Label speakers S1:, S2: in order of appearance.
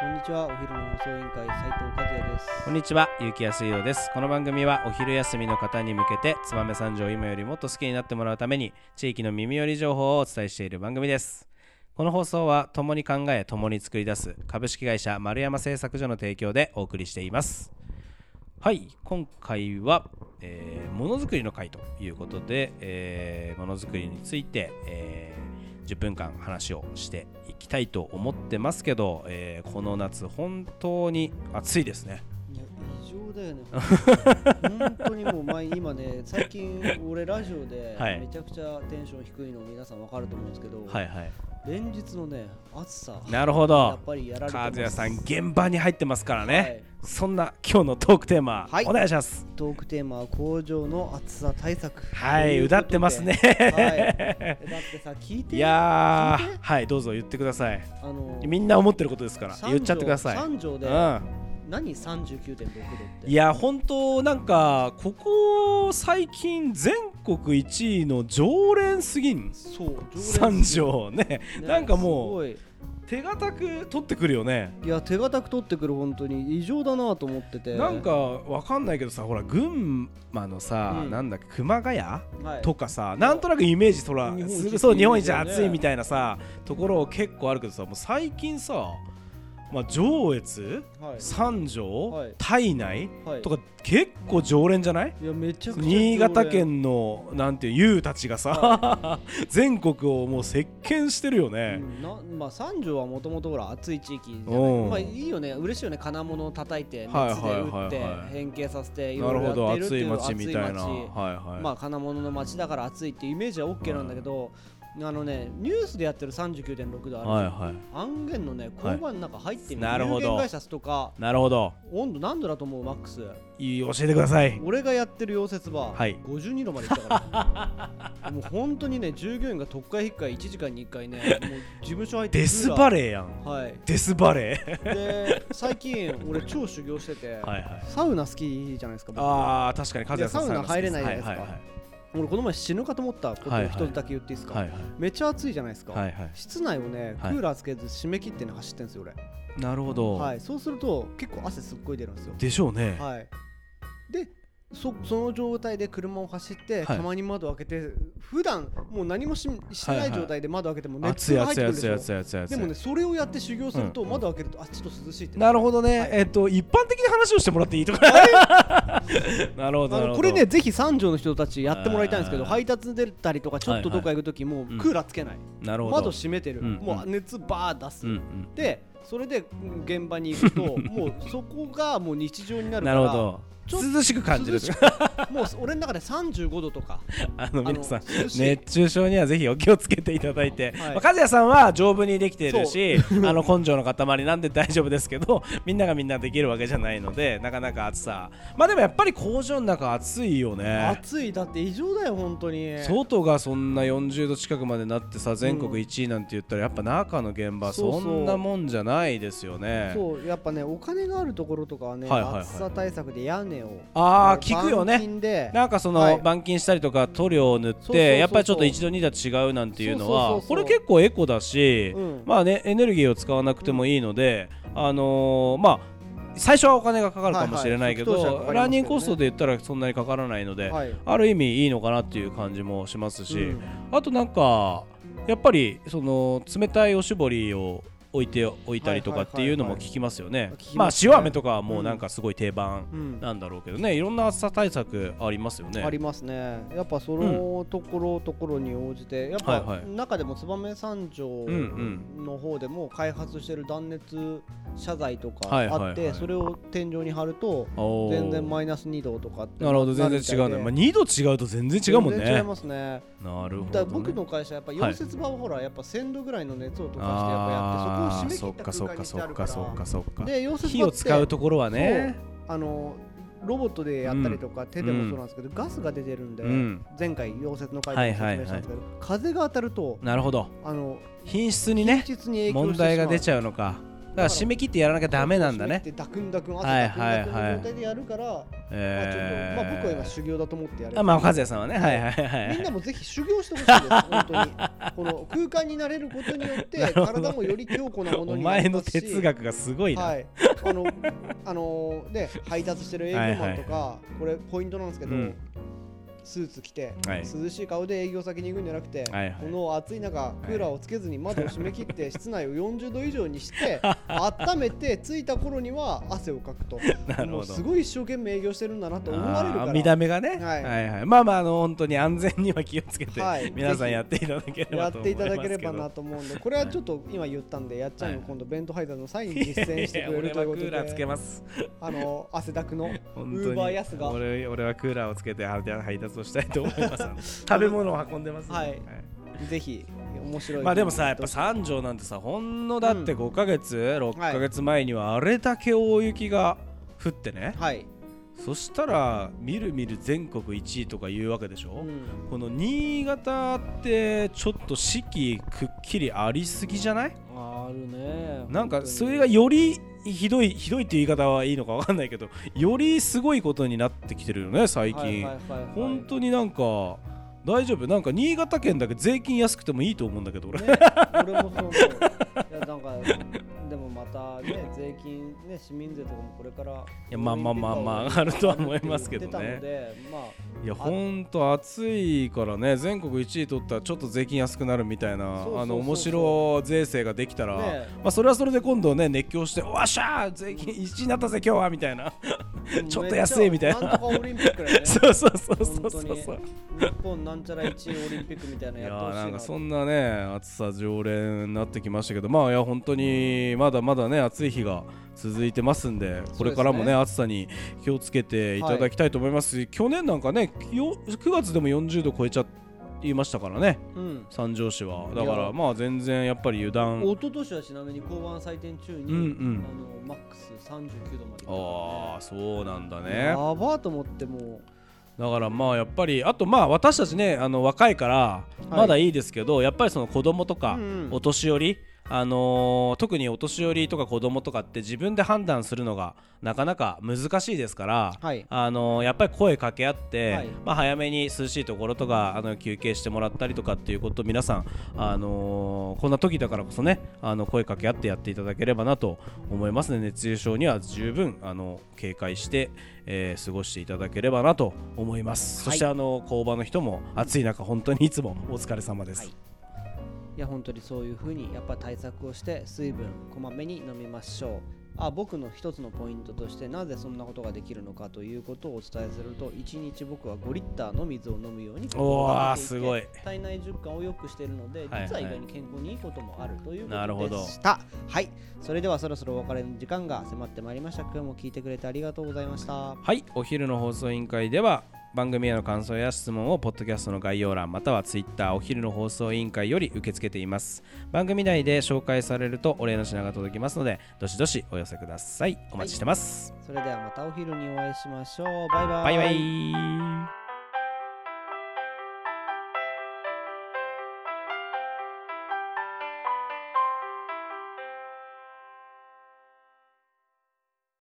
S1: こんにちは、お昼の放送委員会斉藤和也です。
S2: こんにちは、ゆうきやすいようです。この番組はお昼休みの方に向けて、つばめ三条を今よりもっと好きになってもらうために、地域の耳寄り情報をお伝えしている番組です。この放送は、共に考え、共に作り出す、株式会社丸山製作所の提供でお送りしています。はい、今回は、えーものづくりの会ということで、えーものづくりについて、えー10分間話をしていきたいと思ってますけど、えーこの夏本当に暑いですね。
S1: いや、異常だよね。 本当にもう前、今ね、最近俺ラジオで
S2: はい
S1: めちゃくちゃテンション低いの皆さんわかると思うんですけど、
S2: はいはい。
S1: 連日のね、暑さ、
S2: なるほ
S1: や
S2: ど
S1: っ。ぱりやられて
S2: 和
S1: ます。
S2: 也さん、現場に入ってますからね。
S1: はい
S2: そんな今日のトークテーマ、
S1: はい
S2: お願いします。
S1: トークテーマは工場の暑さ対策。
S2: は
S1: と
S2: い、
S1: いうことで
S2: だってますね。
S1: はい、だってさ、聞いて
S2: いやー、はい、どうぞ言ってください。
S1: あの
S2: みんな思ってることですから、
S1: 三条
S2: 言っちゃってください。
S1: 三条
S2: う
S1: で、
S2: ん、
S1: 何39.6度って。
S2: いや本当なんかここ最近全国1位の常連すぎん
S1: そう、常連
S2: 三条ね
S1: ね
S2: なんかもう
S1: すごい
S2: 手堅く取ってくるよね
S1: いや手堅く取ってくる本当に異常だなと思ってて
S2: なんか、わかんないけどさほら群馬のさ、
S1: うん
S2: なんだっけ熊谷
S1: はい
S2: とかさなんとなくイメージとら
S1: 日本一
S2: すぐそう
S1: ってい
S2: 日
S1: うイメ
S2: 本
S1: ージ
S2: 一
S1: だよね
S2: 暑いみたいなさところ結構あるけどさもう最近さ、まあ、上越
S1: はい
S2: 三条、
S1: はい
S2: 胎内
S1: はい
S2: とか結構常連じゃない
S1: いやめちゃくちゃ常連
S2: 新潟県のなんていう優たちがさ、 全国をもう席巻してるよ
S1: う
S2: ね、
S1: んなまあ三条はもともとほら暑い地域じゃな
S2: う
S1: い
S2: ん
S1: まあいいよね嬉しいよね金物を叩いて熱
S2: はい
S1: で
S2: はい
S1: 打って
S2: はいはい
S1: 変形させてい
S2: な
S1: ろい
S2: る
S1: ろや
S2: ほど
S1: っているって
S2: 暑
S1: い
S2: いう町みたいな
S1: 暑い町
S2: はいはい、
S1: まあ金物の町だから暑いっていうイメージは OK なんだけどあのねニュースでやってる39.6度ある
S2: はい
S1: じゃん
S2: はい
S1: 案件のね
S2: はい
S1: 交番の中入ってみ
S2: なるほ
S1: 有
S2: ど
S1: 限会社とか
S2: なるほど
S1: 温度何度だと思うマックス
S2: いい教えてください
S1: 俺がやってる溶接バー、
S2: はい
S1: 52度まで行ったからね もう本当にね従業員が特会引っかい1時間に1回ねもう事務所入って
S2: デスバ
S1: レ
S2: レーやん
S1: はい
S2: デスバレー
S1: で最近俺超修行してて、
S2: はいはい
S1: サウナ好きじゃないですか僕
S2: ああ確かに和也さん
S1: でサウナ入れないじゃないですか
S2: はいはいはい
S1: 俺この前死ぬかと思ったことを一つだけ言っていいですか、
S2: はいは
S1: めっちゃ暑いじゃないですか、
S2: いはいは
S1: 室内をねク
S2: はい
S1: ーラーつけず締め切ってね走ってんですよ俺、
S2: いなるほど、
S1: はい、そうすると結構汗すっごい出るんですよ
S2: でしょうね、
S1: はい、でそその状態で車を走って、
S2: はい
S1: たまに窓を開けて普段もう何もししてな
S2: はい
S1: い
S2: はい
S1: 状態で窓を開けても熱
S2: 熱
S1: 風
S2: い
S1: が入っ
S2: 熱
S1: て
S2: い
S1: くるで
S2: 熱
S1: し
S2: い
S1: ょ
S2: 熱い熱い熱
S1: で
S2: い
S1: もねそれをやって修行すると、
S2: うん
S1: 窓を開けるとあちょっと涼しいって
S2: なるほどね、
S1: はい
S2: えっと一般的な話をしてもらっていいとか なるほど
S1: あ
S2: なる
S1: の
S2: ほど
S1: これねぜひ三条の人たちやってもらいたいんですけど
S2: はい
S1: 配達出たりとかちょっとどっか行く時もう
S2: うん
S1: クーラーつけない、
S2: なるほど
S1: 窓閉めてる、
S2: うん
S1: もう熱バー出す、
S2: うんうん
S1: でそれでうん現場に行くと もうそこがもう日常になるか
S2: な
S1: ら
S2: るほ
S1: ちょっと
S2: ど涼しく感じる
S1: 涼しもう俺の中で35度とか
S2: あの
S1: あの
S2: 皆さん
S1: 涼しい
S2: 熱中症にはぜひお気をつけていただいて、
S1: はい
S2: まあ、和也さんは丈夫にできてるしあの根性の塊なんで大丈夫ですけど みんながみんなできるわけじゃないのでなかなか暑さまあでもやっぱり工場の中暑いよね
S1: 暑いだって異常だよ本当に
S2: 外がそんな40度近くまでなってさ全国1位なんて言ったらやっぱ中の現場
S1: そうそ
S2: そうそんなもんじゃないですよね
S1: そうやっぱねお金があるところとかはね、
S2: はいはいはい
S1: 暑さ対策で屋根を
S2: ああ聞く
S1: 板
S2: よね
S1: 金で
S2: なんかそ
S1: は
S2: の
S1: い
S2: 板金したりとか塗料を塗っ
S1: そうそうそうそう
S2: てやっぱりちょっと一度二度違うなんていうの
S1: そうそう
S2: は
S1: そうそう
S2: これ結構エコだし
S1: うん
S2: まあねエネルギーを使わなくてもいいのであのーまあ最初はお金がかかるかもしれないけ
S1: はいはい初期投資はかか
S2: ど
S1: りますけどね
S2: ランニングコストで言ったらそんなにかからないので
S1: はい
S2: ある意味いいのかなっていう感じもしますし
S1: うん
S2: あとなんかやっぱりその冷たいおしぼりを置いておいたりとかっていうのも聞きますよね
S1: 聞きますね
S2: まあ塩飴とかはもうなんかすごい定番
S1: うん
S2: なんだろうけどねいろんな暑さ対策ありますよね
S1: ありますねやっぱそのところところに応じてやっぱ、
S2: はいはい
S1: 中でも燕三条
S2: うんうん
S1: の方でも開発してる断熱謝罪とかあ
S2: はい
S1: って、
S2: はいはい
S1: それを天井に貼ると
S2: おー
S1: 全然マイナス2度とかって
S2: なるほど全然違うんだ、まあ、2度違うと全然違うもんね
S1: 全然違いますね
S2: なるほど、ね、
S1: だから僕の会社やっぱ溶接場はほらやっぱ1000度ぐらいの熱を溶かしてやっぱやってそこを締め切った空間
S2: あー
S1: にしてあるから
S2: そっかそっかそっかそっか
S1: で溶接
S2: 火
S1: 場
S2: を使
S1: っ
S2: う
S1: て
S2: ところはね
S1: あのロボットでやったりとか手でもそうなんですけどガスが出てるんで
S2: うん
S1: 前回溶接の会でも説明したんですけど風が当たると
S2: なるほど
S1: あの
S2: 品質にね
S1: 質に影響
S2: 問
S1: して
S2: 題
S1: しま
S2: が
S1: う
S2: 出ちゃうのかから締め切ってやらなきゃダメなんだね
S1: でダクンダクン汗
S2: はい
S1: ダクン
S2: は
S1: ダ
S2: いはい
S1: クンの状態でやるから、まあちょ
S2: え
S1: っとまあ僕は今
S2: ー
S1: 修行だと思ってやる
S2: あまあ和也さんはねはいはいはいはい
S1: みんなもぜひ修行してほしいです、本当に。この空間になれることによって、
S2: なるほどね
S1: 体もより強固なもの
S2: お
S1: にな
S2: 前
S1: り
S2: の
S1: ますし、
S2: 哲学がすごいな、
S1: はい、あの、あのね、配達してる営業マンとか、これポイントなんですけど、
S2: うん
S1: スーツ着て、
S2: はい
S1: 涼しい顔で営業先に行くんじゃなくて、
S2: はいはい
S1: この暑い中、クーラーをつけずに窓を閉め切 って、室内を40度以上にして、温めて、着いた頃には汗をかくと、
S2: なる
S1: も
S2: ほ
S1: う
S2: ど
S1: すごい一生懸命営業してるんだなと思われるか
S2: あー
S1: ら。
S2: 見た目がね、は、
S1: はいい
S2: はいまあまああの本当に安全には気をつけて、
S1: はい
S2: 皆さん
S1: ぜひ
S2: やっていただけれ
S1: や
S2: ば
S1: っ
S2: と
S1: て
S2: 思い
S1: い
S2: ますけ
S1: た
S2: ど
S1: だければなと思うんで、これはちょっと今言ったんで、やっちゃん
S2: は
S1: の
S2: い
S1: 今度、弁当配達の際に実践してくれる
S2: い
S1: とい
S2: や
S1: う
S2: いや
S1: こ
S2: 俺はクーラー
S1: と
S2: つけ
S1: で、
S2: ます
S1: あの汗だくのウ
S2: 本当に
S1: ーバー安が、はい、
S2: 俺俺はクーラーをつけて配配達をしたいと思いますあの 食べ物を運んでます、
S1: はいぜひ面白い。
S2: まあでもさやっぱ三条なんてさほんのだって
S1: う
S2: 5ヶ月、6ヶ月前にはあれだけ大雪が降ってね、
S1: はい、
S2: そしたらみるみる全国1位とかいうわけでし
S1: う
S2: ょ、
S1: ん
S2: この新潟ってちょっと四季くっきりありすぎじゃない
S1: あるね。
S2: なんか
S1: 本当に
S2: それがよりひどいひどいっていう言い方はいいのかわかんないけどよりすごいことになってきてるよね最近、
S1: はいはいはいはい
S2: 本当になんか大丈夫なんか新潟県だけ税金安くてもいいと思うんだけど俺、
S1: ね、俺もそう 思う。いやなんかでもまたね税金ね市民税とかもこれから
S2: いやまあまあまあまあ上がるとは思いますけどね
S1: 上がるって言ってたのでまあ
S2: いやほんと暑いからね全国1位取ったらちょっと税金安くなるみたいな
S1: そうそうそうそう
S2: あの面白税制ができたら、
S1: ね
S2: まあ、それはそれで今度ね熱狂して「わっしゃー税金1位になったぜ今日は」みたいな
S1: でも
S2: ちょっと安いみたいな
S1: めっちゃんとかオリンピックだよね。
S2: そうそうそうそう
S1: 本
S2: そ
S1: 当
S2: う
S1: に
S2: そう
S1: 日本なんちゃら1位オリンピックみたいないの
S2: や
S1: やってほしい
S2: ー
S1: な
S2: なんかそんなね暑さ常連になってきましたけどまあいや本当にまだまだね暑い日が続いてますんでこれからも
S1: そうです
S2: ね
S1: ね
S2: 暑さに気をつけていただきたいと思いますし、去年なんかねよ9月でも40度超えちゃいましたからね
S1: うん
S2: 三条市はだか
S1: い
S2: ら
S1: や
S2: まあ全然やっぱり油断
S1: 一昨年はちなみに交番採点中に、
S2: うんうん
S1: あのマックス39度まで
S2: ああそうなんだ
S1: あ
S2: ね
S1: やばーと思っても
S2: だからまあやっぱりあとまあ私たちねあの若いから
S1: い
S2: まだいいですけど、やっぱりその子供とか
S1: うんうん
S2: お年寄り、あのー特にお年寄りとか子供とかって自分で判断するのがなかなか難しいですから、
S1: はい
S2: あのーやっぱり声かけ合って、
S1: はい
S2: まあ、早めに涼しいところとかあの休憩してもらったりとかっていうことを皆さん、あのーこんな時だからこそねあの声かけ合ってやっていただければなと思いますね熱中症には十分あの警戒して、えー過ごしていただければなと思います、そしてあの工場の人も暑い中本当にいつもお疲れ様です、
S1: はいいや本当にそういう風にやっぱ対策をして水分こまめに飲みましょうあ僕の一つのポイントとしてなぜそんなことができるのかということをお伝えすると1日僕は5リッターの水を飲むように心がけてて
S2: おーすごい
S1: 体内循環を良くしているので
S2: はい
S1: 実は意外に健康にいいこともあるというこ
S2: なるほ
S1: と
S2: ど
S1: でしたはいそれではそろそろお別れの時間が迫ってまいりました今日も聞いてくれてありがとうございました
S2: はい、お昼の放送委員会では番組への感想や質問をポッドキャストの概要欄または Twitter お昼の放送委員会より受け付けています番組内で紹介されるとお礼の品が届きますのでどしどしお寄せくださいお待ちしてます、
S1: それではまたお昼にお会いしましょうバイバ
S2: バイバイ